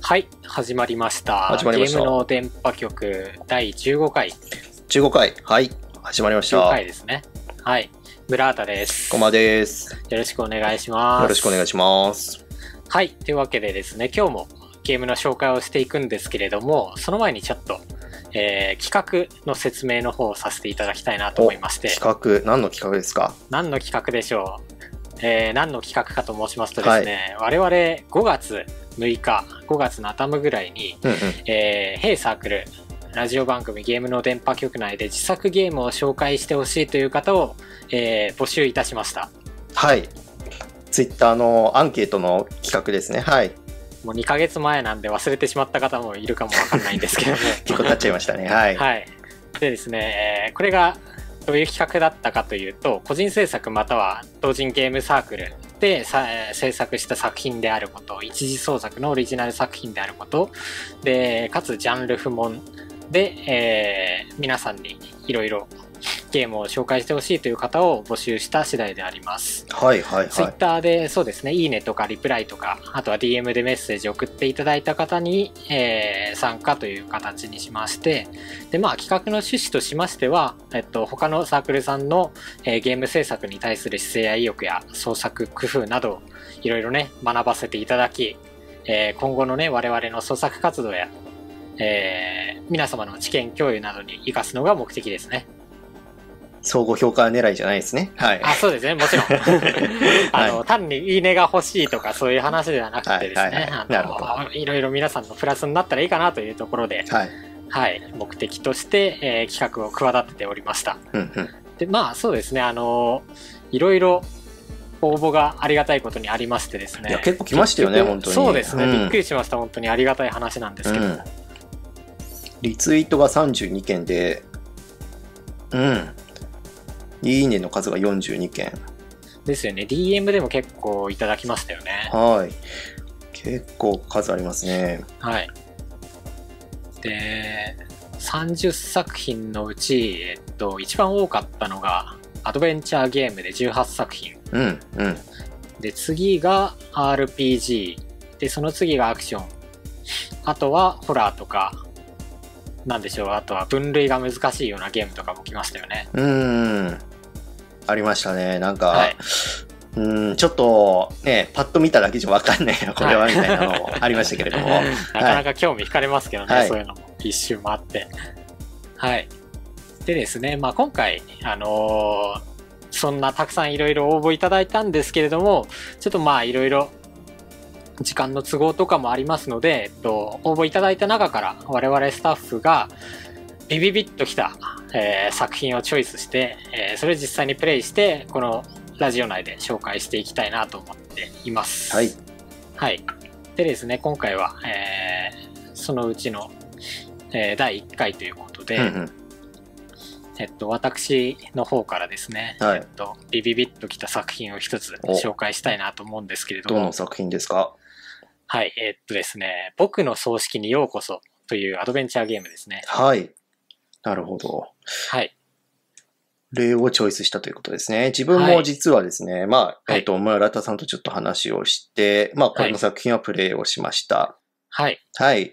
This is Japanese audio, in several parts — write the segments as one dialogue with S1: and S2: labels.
S1: はい、始まりました。
S2: 始まりました
S1: ゲームの電波局第15回、
S2: 15回、はい、始まりまし
S1: 15
S2: た
S1: 回。ですね。はい、村畑です。
S2: こまです。
S1: よろしくお願いします。
S2: よろしくお願い
S1: し
S2: します。
S1: ます。はい、というわけでですね、今日もゲームの紹介をしていくんですけれども、その前にちょっと、えー企画の説明の方をさせていただきたいなと思いまして、
S2: 企画、何の企画ですか
S1: 何の企画でしょう、えー何の企画かと申しますとですね、我々5月6日、5月の頭ぐらいに、
S2: うんうん。
S1: えー、ヘイサークルラジオ番組ゲームの電波局内で自作ゲームを紹介してほしいという方を、えー募集いたしました
S2: はい。ツイッターのアンケートの企画ですね。はい。
S1: もう2ヶ月前なんで忘れてしまった方もいるかもわかんないんですけどね
S2: 結構経っちゃいましたね。はい。
S1: はいでですね、えーこれがどういう企画だったかというと個人制作または同人ゲームサークルでさえー制作した作品であること一次創作のオリジナル作品であることでかつジャンル不問で、えー皆さんにいろいろゲームを紹介してほしいという方を募集した次第であります。
S2: はい、はい、
S1: ツイッ
S2: は
S1: ターでそうですね、いいねとかリプライとか、あとは DM でメッセージを送っていただいた方に、えー参加という形にしまして、で、まあ企画の趣旨としましては、えっと、他のサークルさんの、えーゲーム制作に対する姿勢や意欲や創作工夫など、いろいろね、学ばせていただき、えー今後のね、我々の創作活動や、えー皆様の知見共有などに活かすのが目的ですね。
S2: い。総合評価狙いじゃないですね。はい。
S1: あ、そうですね、も ちろん。あの、
S2: は
S1: 単にいいねが欲しいとかそういう話ではなくてです
S2: はいはい
S1: ね、
S2: はい
S1: あ
S2: なるほ
S1: のいろいろ皆さんのプラスになったらいいかなというところで、
S2: はい。
S1: はい、目的として、えー企画を企てておりました。
S2: うんうん。
S1: で、まあそうですね、あの、いろいろ応募がありがたいことにありましてですね。
S2: いや、結構来ましたよね、
S1: 結局
S2: 本当に。
S1: そうですね、
S2: ん
S1: びっくりしました、本当にありがたい話なんですけど。
S2: うんリツイートが32件で、うん。いいねの数が42件。
S1: ですよね、DM でも結構いただきましたよね。
S2: はい。結構数ありますね。
S1: はい。で、30作品のうち、えっと、一番多かったのが、アドベンチャーゲームで18作品。
S2: うん、うん。
S1: で、次が RPG。で、その次がアクション。あとはホラーとか、なんでしょう、あとは分類が難しいようなゲームとかも来ましたよね。
S2: うーん。ありましたね。なんか、
S1: はいう
S2: ーん、ちょっと、ね、パッと見ただけじゃわかんないな、これは、みたいなのもありましたけ れども。 は
S1: なかなか興味惹かれますけどね、
S2: はい
S1: そういうのも一瞬もあって。はい。でですね、まあ、今回、あのーそんなたくさんいろいろ応募いただいたんですけれども、ちょっとまあいろいろ時間の都合とかもありますので、えっと、応募いただいた中から我々スタッフがビビビッときた、えー作品をチョイスして、えーそれを実際にプレイして、このラジオ内で紹介していきたいなと思っています。
S2: い。
S1: はい。でですね、今回は、えーそのうちの、えー第1回ということで、
S2: うんうん
S1: えっと、私の方からですね、
S2: はい
S1: えっと、ビビビッときた作品を一つ
S2: お
S1: 紹介したいなと思うんですけれど
S2: どの
S1: も、
S2: 作品ですか
S1: はい、えっとですね、僕の葬式にようこそというアドベンチャーゲームですね。
S2: はい。なるほど。
S1: はい。
S2: 例をチョイスしたということですね。自分
S1: は
S2: も
S1: い
S2: 実はですね、まあ、
S1: はい
S2: えっ、と、村田さんとちょっと話をして、まあ、こ
S1: は
S2: れ
S1: い
S2: の作品はプレイをしました。
S1: はい。
S2: はい。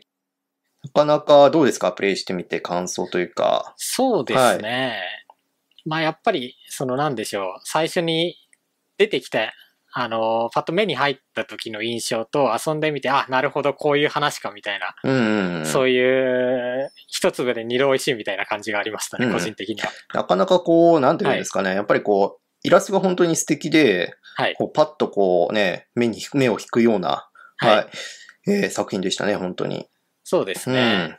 S2: なかなかどうですかプレイしてみて感想というか。
S1: そうですね。まあやっぱり、そのなんでしょう、最初に出てきた、あの、パッと目に入った時の印象と遊んでみて、あ、なるほど、こういう話かみたいな、
S2: うんうんうん。
S1: そういう、一粒で二度美味しいみたいな感じがありましたね、
S2: うん
S1: 個人的には。
S2: なかなかこう、なんていうんですかね、やっぱりこう、イラストが本当に素敵で、
S1: はい
S2: こうパッとこうね、目に、目を引くような、
S1: はい。
S2: いえー作品でしたね、本当に。
S1: そうです
S2: うん。
S1: ね。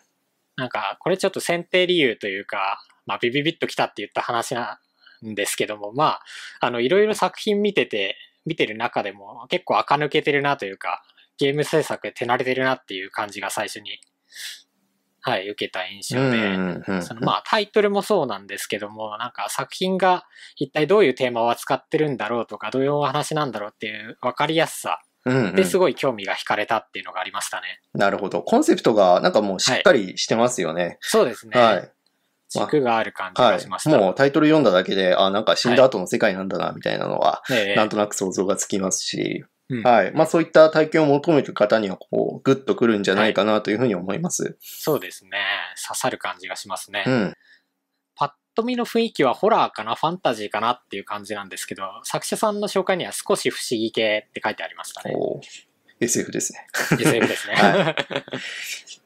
S1: なんか、これちょっと選定理由というか、まあビビビッときたって言った話なんですけども、まあ、あの、いろいろ作品見てて、見てる中でも結構垢抜けてるなというか、ゲーム制作手慣れてるなっていう感じが最初に、はい、受けた印
S2: うん
S1: 象
S2: う
S1: で、
S2: んうん
S1: そのまあタイトルもそうなんですけども、なんか作品が一体どういうテーマを扱ってるんだろうとか、どういうお話なんだろうっていう分かりやすさ
S2: うんうん
S1: ですごい興味が惹かれたっていうのがありましたね。
S2: なるほど。コンセプトがなんかもうしっかりしてますよね。
S1: そうですね。
S2: はい。
S1: 軸がある感じ
S2: は
S1: が
S2: い
S1: しました。
S2: もうタイトル読んだだけで、あ、なんか死んだ後の世界なんだな、みたいなのは、
S1: ねえ
S2: なんとなく想像がつきますし。
S1: うん
S2: はい。まあそういった体験を求めてる方には、こう、グッとくるんじゃないかなというふうに思います。
S1: そうですね。刺さる感じがしますね。
S2: うん。
S1: パッと見の雰囲気はホラーかな、ファンタジーかなっていう感じなんですけど、作者さんの紹介には少し不思議系って書いてありましたね。
S2: こう、SF ですね。
S1: SF ですね。
S2: は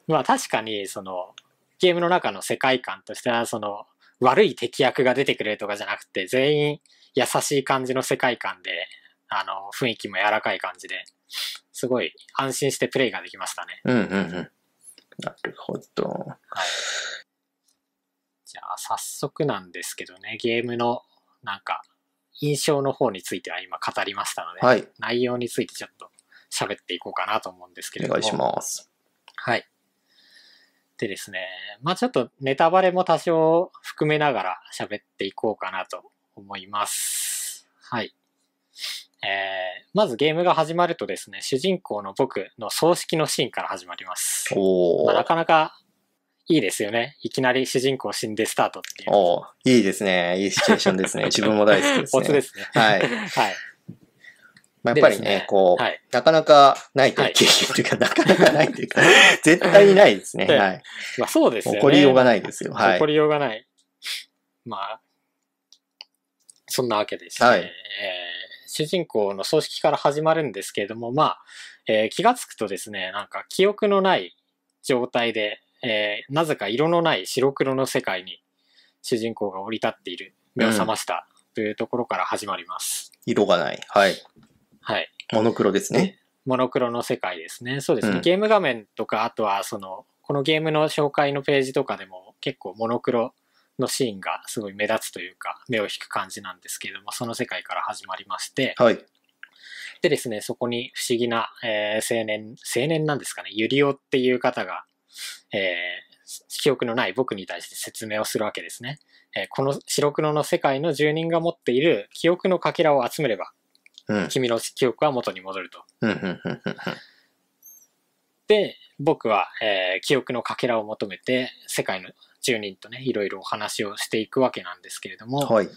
S1: まあ確かに、その、ゲームの中の世界観としては、その、悪い敵役が出てくるとかじゃなくて、全員優しい感じの世界観で、あの、雰囲気も柔らかい感じで、すごい安心してプレイができましたね。
S2: うんうんうん。なるほど。
S1: じゃあ早速なんですけどね、ゲームのなんか印象の方については今語りましたので、
S2: はい。
S1: 内容についてちょっと喋っていこうかなと思うんですけれ
S2: お
S1: ども。
S2: 願いします。
S1: はい。でですね、まあちょっとネタバレも多少含めながら喋っていこうかなと思います。はい。えー、まずゲームが始まるとですね、主人公の僕の葬式のシーンから始まります。
S2: お
S1: まあな
S2: ー。
S1: かなかいいですよね。いきなり主人公死んでスタートっていう。
S2: おーいいですね。いいシチュエーションで すね。自分も大好きです
S1: お
S2: ね。
S1: つですね。
S2: はい。
S1: はい。
S2: まあ、やっぱり
S1: で
S2: ね、
S1: ですね
S2: こう、
S1: はい。
S2: なかなかないと
S1: はい
S2: 経験というか、なかなかないというか、 絶対にないですね。
S1: ええ
S2: はい。
S1: まあそうですよね。
S2: 起こりようがないですよ。はい
S1: 怒。りようがない。まあ、そんなわけでして、
S2: はい
S1: えー主人公の葬式から始まるんですけれども、まあ、えー気がつくとですね、なんか記憶のない状態で、えーなぜか色のない白黒の世界に主人公が降り立っている、目を覚ましたというところから始まります。
S2: 色がない。はい。
S1: はい。
S2: モノクロですね。
S1: モノクロの世界ですね。そうですね。
S2: うん
S1: ゲーム画面とか、あとはその、このゲームの紹介のページとかでも結構モノクロのシーンがすごい目立つというか、目を引く感じなんですけれども、その世界から始まりまして、
S2: はい。
S1: でですね、そこに不思議な、えー青年、青年なんですかね、ユリオっていう方が、えー記憶のない僕に対して説明をするわけですね。えーこの白黒の世界の住人が持っている記憶のかけらを集めれば、
S2: うん。うん、
S1: 君の記憶は元に戻ると。
S2: うん、うん、うんうん。
S1: で、僕は、えー記憶のかけらを求めて、世界の住人とね、いろいろお話をしていくわけなんですけれども、
S2: はい。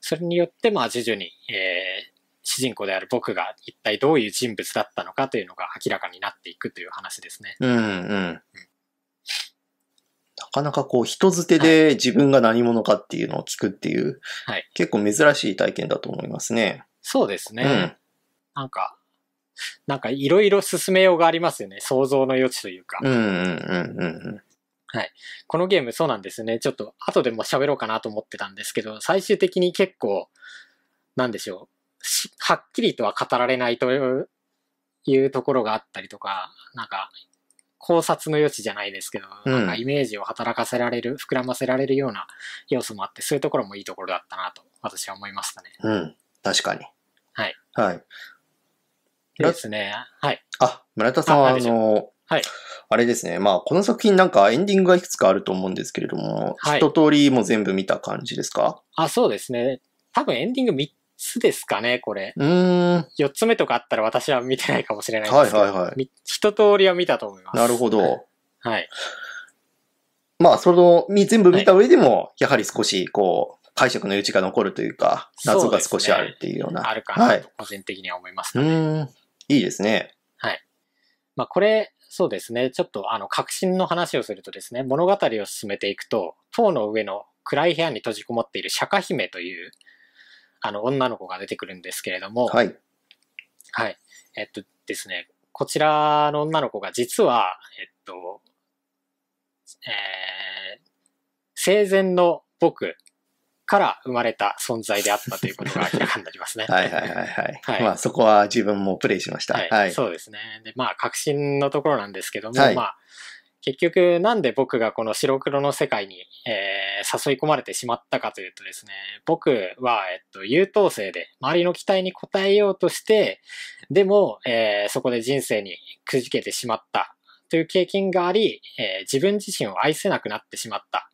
S1: それによって、まあ、徐々に、えー主人公である僕が一体どういう人物だったのかというのが明らかになっていくという話ですね。
S2: うん、うん。なかなかこう、人づてで自分が何者かっていうのを聞くっていう、
S1: はい
S2: 結構珍しい体験だと思いますね。
S1: そうですね。なんか、なんかいろいろ進めようがありますよね。想像の余地というか。
S2: うん、うん、うん、うんうん。
S1: このゲームそうなんですね。ちょっと後でも喋ろうかなと思ってたんですけど、最終的に結構、なんでしょう。しはっきりとは語られないといういうところがあったりとか、なんか、考察の余地じゃないですけど、
S2: うん
S1: なんかイメージを働かせられる、膨らませられるような要素もあって、そういうところもいいところだったなと、私は思いましたね。
S2: うん。確かに。
S1: はい。
S2: はい。
S1: でですね。はい。
S2: あ、村田さん
S1: あ
S2: は、あ
S1: 何でしょう
S2: の、
S1: はい
S2: あれですね。まあ、この作品なんかエンディングがいくつかあると思うんですけれども、
S1: はい
S2: 一通りもう全部見た感じですか
S1: あ、そうですね。多分エンディング3つですかね、これ。
S2: うーん。
S1: 4つ目とかあったら私は見てないかもしれないん
S2: は
S1: で
S2: い
S1: すけど、
S2: はいはい。
S1: み一通りは見たと思います。
S2: なるほど。
S1: はい。
S2: まあ、その、み全部見た上でも、やはり少し、こう、解釈の余地が残るというか、謎が少しあるっていうような。
S1: あるか
S2: は
S1: ないと。個人的には思います
S2: う
S1: ね、
S2: ーん。いいですね。
S1: まあこれ、そうですね。ちょっとあの、革新の話をするとですね、物語を進めていくと、塔の上の暗い部屋に閉じこもっている釈迦姫という、あの、女の子が出てくるんですけれども、はい。
S2: はい。。
S1: えっとですね、こちらの女の子が実は、えっと、えー、生前の僕から生まれた存在であったということが明らかになりますね
S2: はいはいはいはい。
S1: はい
S2: まあ、そこは自分もプレイしました。
S1: は、
S2: はいい。
S1: そうですね。で、まあ、確信のところなんですけども、
S2: はい
S1: まあ、結局、なんで僕がこの白黒の世界に、えー誘い込まれてしまったかというとですね、僕は、えっと、優等生で、周りの期待に応えようとして、でも、えーそこで人生にくじけてしまったという経験があり、えー自分自身を愛せなくなってしまった。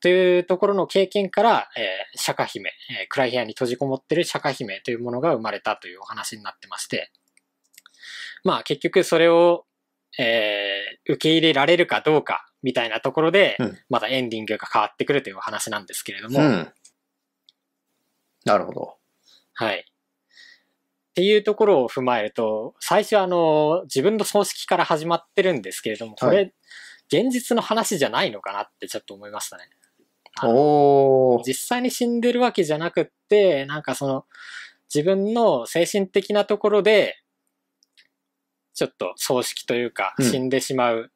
S1: というところの経験から、えー釈迦姫、えー暗い部屋に閉じこもってる釈迦姫というものが生まれたというお話になってまして、まあ結局それを、えー受け入れられるかどうかみたいなところで、
S2: うん
S1: またエンディングが変わってくるというお話なんですけれども、
S2: うん。なるほど。
S1: はい。っっていうところを踏まえると、最初あの、自分の葬式から始まってるんですけれども、これ、
S2: は
S1: 現実の話じゃないのかなってちょっと思いましたね。あの
S2: おー
S1: 実際に死んでるわけじゃなくって、なんかその、自分の精神的なところで、ちょっと葬式というか、
S2: うん
S1: 死んでしまう、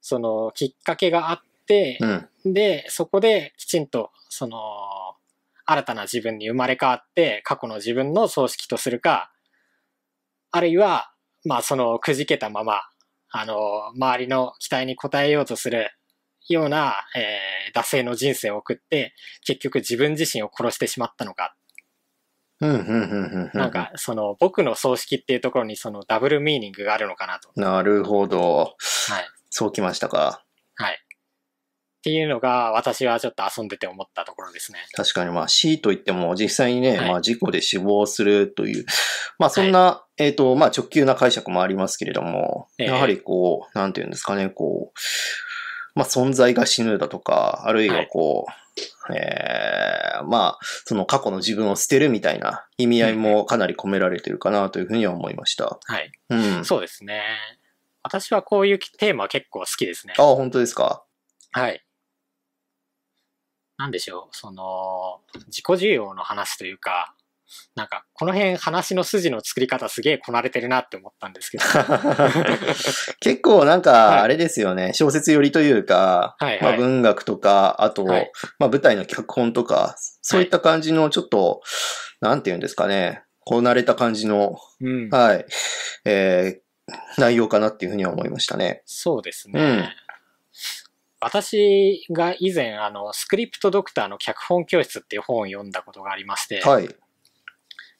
S1: その、きっかけがあって、
S2: うん。
S1: で、そこできちんと、その、新たな自分に生まれ変わって、過去の自分の葬式とするか、あるいは、まあ、その、くじけたまま、あの、周りの期待に応えようとするような、えー、惰性の人生を送って、結局自分自身を殺してしまったのか。
S2: うん、うん、うん、うん。
S1: なん。か、その、僕の葬式っていうところに、その、ダブルミーニングがあるのかなと。
S2: なるほど。
S1: はい。
S2: そうきましたか。
S1: はい。っていうのが、私はちょっと遊んでて思ったところですね。
S2: 確かにまあ死といっても実際にね、
S1: はい
S2: まあ事故で死亡するという、まあそんな、えっ、と、まあ直球な解釈もありますけれども、
S1: ええ
S2: やはりこう、なんていうんですかね、こう、まあ存在が死ぬだとか、あるいはこう、えーまあその過去の自分を捨てるみたいな意味合いもかなり込められてるかなというふうには思いました。
S1: はい。
S2: うん。あ、
S1: そうですね。私はこういうテーマ結構好きですね。
S2: 本当です か。
S1: はい。なんでしょう、その、自己需要の話というか、なんか、この辺話の筋の作り方すげえこなれてるなって思ったんです けど。
S2: 結構なん
S1: はい
S2: か、あれですよね、小説寄りというか、
S1: はい
S2: ま
S1: は
S2: あ、
S1: い。
S2: 文学とか、あと、
S1: はい
S2: まあ、舞台の脚本とか、そういった感じのちょっと、なんて言うんですかね、こなれた感じの、
S1: うん、
S2: はい、えー、内容かなっていうふうには思いましたね。
S1: そうですね。
S2: うん
S1: 私が以前、あの、スクリプトドクターの脚本教室っていう本を読んだことがありまして、
S2: はい。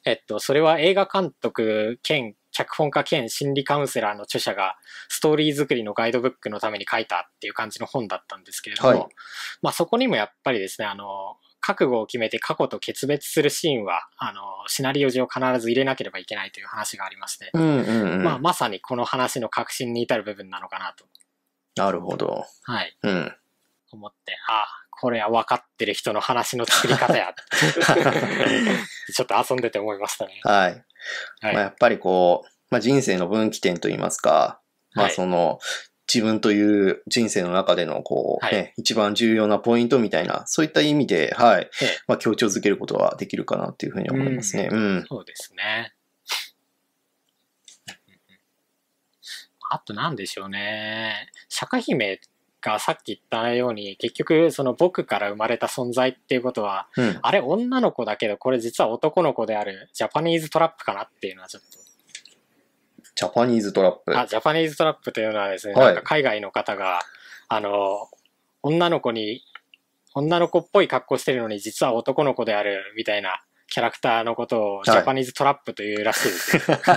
S1: えっと、それは映画監督兼脚本家兼心理カウンセラーの著者がストーリー作りのガイドブックのために書いたっていう感じの本だったんですけれども、
S2: はい
S1: まあそこにもやっぱりですね、あの、覚悟を決めて過去と決別するシーンは、あの、シナリオ上必ず入れなければいけないという話がありまして、
S2: うんうんうん。
S1: まあまさにこの話の核心に至る部分なのかなと、
S2: なるほど。
S1: はい、
S2: うん。
S1: 思って、あ、これは分かってる人の話の作り方 や、ちょっと遊んでて思いましたね。
S2: はい。
S1: はい
S2: まあ、やっぱりこう、まあ、人生の分岐点といいますか、ま
S1: は
S2: あ
S1: い
S2: その、自分という人生の中でのこう、
S1: はい
S2: ね、一番重要なポイントみたいな、そういった意味で、はい
S1: ええ、
S2: まあ強調づけることはできるかなっていうふうに思いますね。うん。
S1: そうですね。あと何でしょうね。釈迦姫がさっき言ったように、結局その僕から生まれた存在っていうことは、
S2: うん。
S1: あれ女の子だけど、これ実は男の子であるジャパニーズトラップかなっていうのはちょっ
S2: ジャパニーズトラップ。
S1: と。あ、ジャパニーズトラップというのはですね、
S2: はい
S1: なんか海外の方が、あの、女の子に、女の子っぽい格好してるのに実は男の子であるみたいなキャラクターのことをジャパニーズトラップというらしいですよ。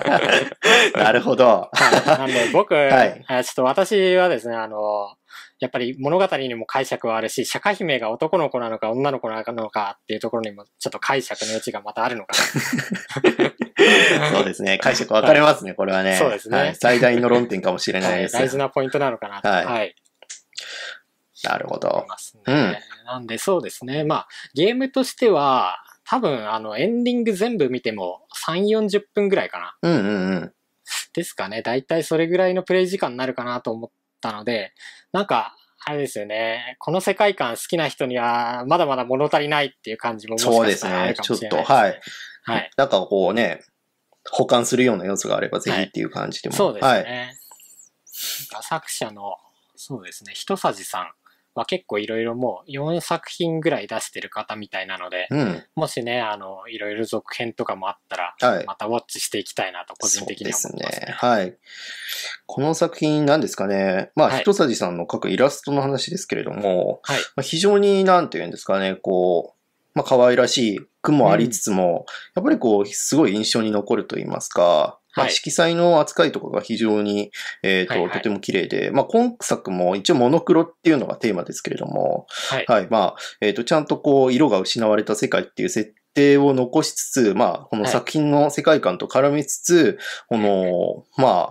S2: なるほ
S1: は
S2: ど。
S1: い。なん で、僕、
S2: い
S1: あちょっと私はですね、あの、やっぱり物語にも解釈はあるし、釈迦姫が男の子なのか女の子なのかっていうところにも、ちょっと解釈の余地がまたあるのか
S2: そうですね。解釈分かれますね、これはね。
S1: そうですね
S2: はい最大の論点かもしれ
S1: な、
S2: ない
S1: は
S2: で
S1: い
S2: す。
S1: 大事なポイントなのかなと、
S2: はい
S1: はい、
S2: なるほ
S1: 思
S2: ど
S1: い。ますね。なんで、そうですね。まあ、ゲームとしては、多分、あの、エンディング全部見ても3、40分ぐらいかな。
S2: うんうんうん。
S1: ですかね。だいたいそれぐらいのプレイ時間になるかなと思ったので、なんか、あれですよね。この世界観好きな人には、まだまだ物足りないっていう感じももし
S2: そう
S1: か
S2: で
S1: し
S2: す
S1: たらある
S2: ね。
S1: か
S2: ちょ
S1: も
S2: っ
S1: しれ
S2: と、
S1: ないですね。
S2: はい。
S1: はい。
S2: なんかこうね、保管するような要素があればぜひっていう感じでも。
S1: そうですね。
S2: はい。
S1: なんか作者の、そうですね、ひとさじさんは結構いろいろもう4作品ぐらい出してる方みたいなので、
S2: うん。
S1: もしね、あの、いろいろ続編とかもあったら、
S2: はい。
S1: またウォッチしていきたいなと、個人的には
S2: そ
S1: 思い
S2: うで
S1: ますす
S2: ね
S1: ね。。
S2: はい。この作品なんですかね。まあ、
S1: はい
S2: ひとさじさんの描くイラストの話ですけれども、
S1: はい
S2: まあ、非常になんて言うんですかね、こう、まあ、可愛らしい句もありつつも、やっぱりこう、すごい印象に残ると言いますか、ま
S1: は
S2: あ、
S1: い
S2: 色彩の扱いとかが非常に、えっ、と、
S1: はいはい
S2: とても綺麗で、まあ、今作も一応モノクロっていうのがテーマですけれども、
S1: はい
S2: はい、まあ、えっ、と、ちゃんとこう、色が失われた世界っていう設定を残しつつ、まあ、この作品の世界観と絡みつつ、この、まあ、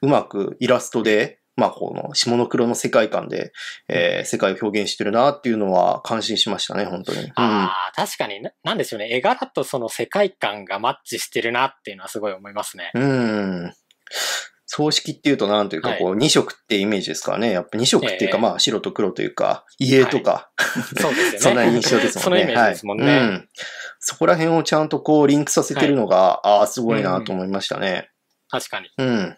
S2: うまくイラストで、まあ、この下の黒の世界観で、えー世界を表現してるなっていうのは感心しましたね、本当に。うん。
S1: ああ、確かにな、なんでしょうね。絵柄とその世界観がマッチしてるなっていうのはすごい思います ね。
S2: うん。葬式っていうとなんというか、
S1: はい
S2: こう、2色ってイメージですからね。やっぱ2色っていうか、
S1: ええ
S2: まあ、白と黒というか、家とか、
S1: そうですよね。
S2: そんな印象で す
S1: そ
S2: もん
S1: の
S2: ね。
S1: イメージですもんね。
S2: はいうんそこら辺をちゃんとこう、リンクさせてるのが、ああ、すごいなと思いましたね。
S1: 確かに。
S2: うん。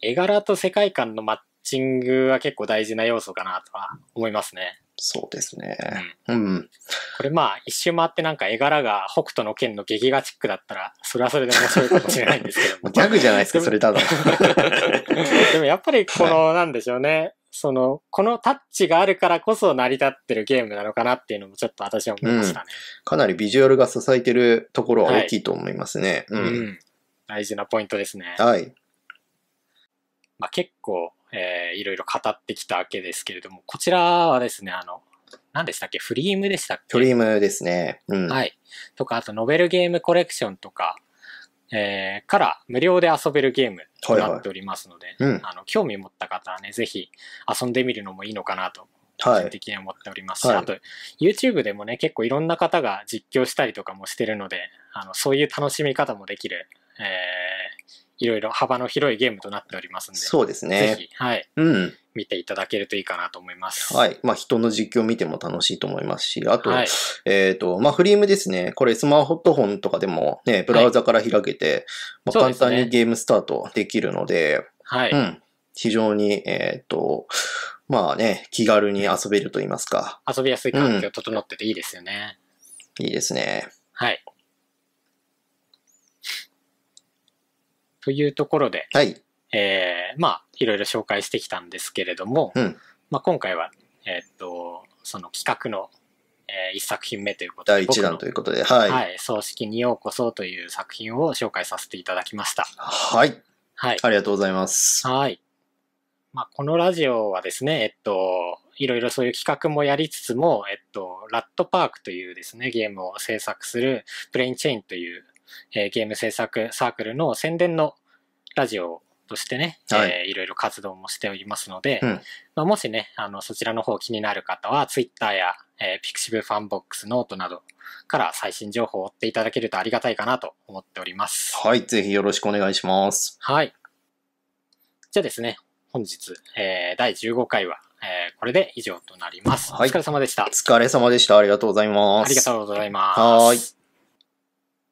S1: 絵柄と世界観のマッチングは結構大事な要素かなとは思いますね。
S2: そうですね。うん。
S1: これまあ、一周回ってなんか絵柄が北斗の剣の劇画チックだったら、それはそれで面白いかもしれないん ですけども。
S2: まあギ ャグじゃないですか、それただの。
S1: でもやっぱりこの、なんでしょうね。その、このタッチがあるからこそ成り立ってるゲームなのかなっていうのもちょっと私は思いましたね。
S2: かなりビジュアルが支えてるところは大きいと思いますね。
S1: う
S2: うん。
S1: ん大事なポイントですね。
S2: はい。
S1: まあ、結構、えーいろいろ語ってきたわけですけれども、こちらはですね、あの、何でしたっけフリームでしたっけ
S2: ドリームですね。うん。
S1: はい。とか、あと、ノベルゲームコレクションとか、えーから無料で遊べるゲームとなっておりますので、
S2: うん。
S1: あの、興味持った方はね、ぜひ遊んでみるのもいいのかなと、個
S2: は
S1: 人
S2: い。
S1: 的には思っておりますし、
S2: はい
S1: あと、YouTube でもね、結構いろんな方が実況したりとかもしてるので、あの、そういう楽しみ方もできる、えーいろいろ幅の広いゲームとなっておりますんで、
S2: そうです
S1: ぜ
S2: ね。
S1: ひ、はい、
S2: うん。
S1: 見ていただけるといいかなと思います。。
S2: はいい。まあ、人の実況見ても楽しいと思いますし、あと、
S1: はい。
S2: えっ、と、まあ、フリームですね。これスマホとフォンとかでもね、ブラウザから開けて、まあ
S1: そうで
S2: 簡
S1: すね
S2: 単にゲームスタートできるので、
S1: はい。
S2: うん。非常に、えっ、と、まあね、気軽に遊べると言いますか。
S1: 遊びやすい環境整ってていいですよね。
S2: いいですね。
S1: はい。というところで、
S2: はい。
S1: えーまあ、いろいろ紹介してきたんですけれども、
S2: うん
S1: まあ、今回は、えーっと、その企画の、えー一作品目ということで、
S2: 第1弾と
S1: いう。
S2: いうことで、はい。
S1: は
S2: はい。
S1: い、葬式にようこそという作品を紹介させていただきました。はい。
S2: ありがとうございます。
S1: はい。まあ、このラジオはですね、えっと、いろいろそういう企画もやりつつも、えっと、ラットパークというですね、ゲームを制作するプレインチェインという、えーゲーム制作サークルの宣伝のラジオとしてね、
S2: はい
S1: えーいろいろ活動もしておりますので、
S2: うん
S1: まあ、もしね、あの、そちらの方気になる方は、ツイッターや、えー、ピクシブファンボックスノートなどから最新情報を追っていただけるとありがたいかなと思っております。
S2: はい。ぜひよろしくお願いします。
S1: はい。じゃあですね、本日、えー第15回は、えーこれで以上となります。
S2: はい
S1: お疲れ様でした。
S2: お疲れ様でした。ありがとうございます。
S1: ありがとうございます。
S2: はーい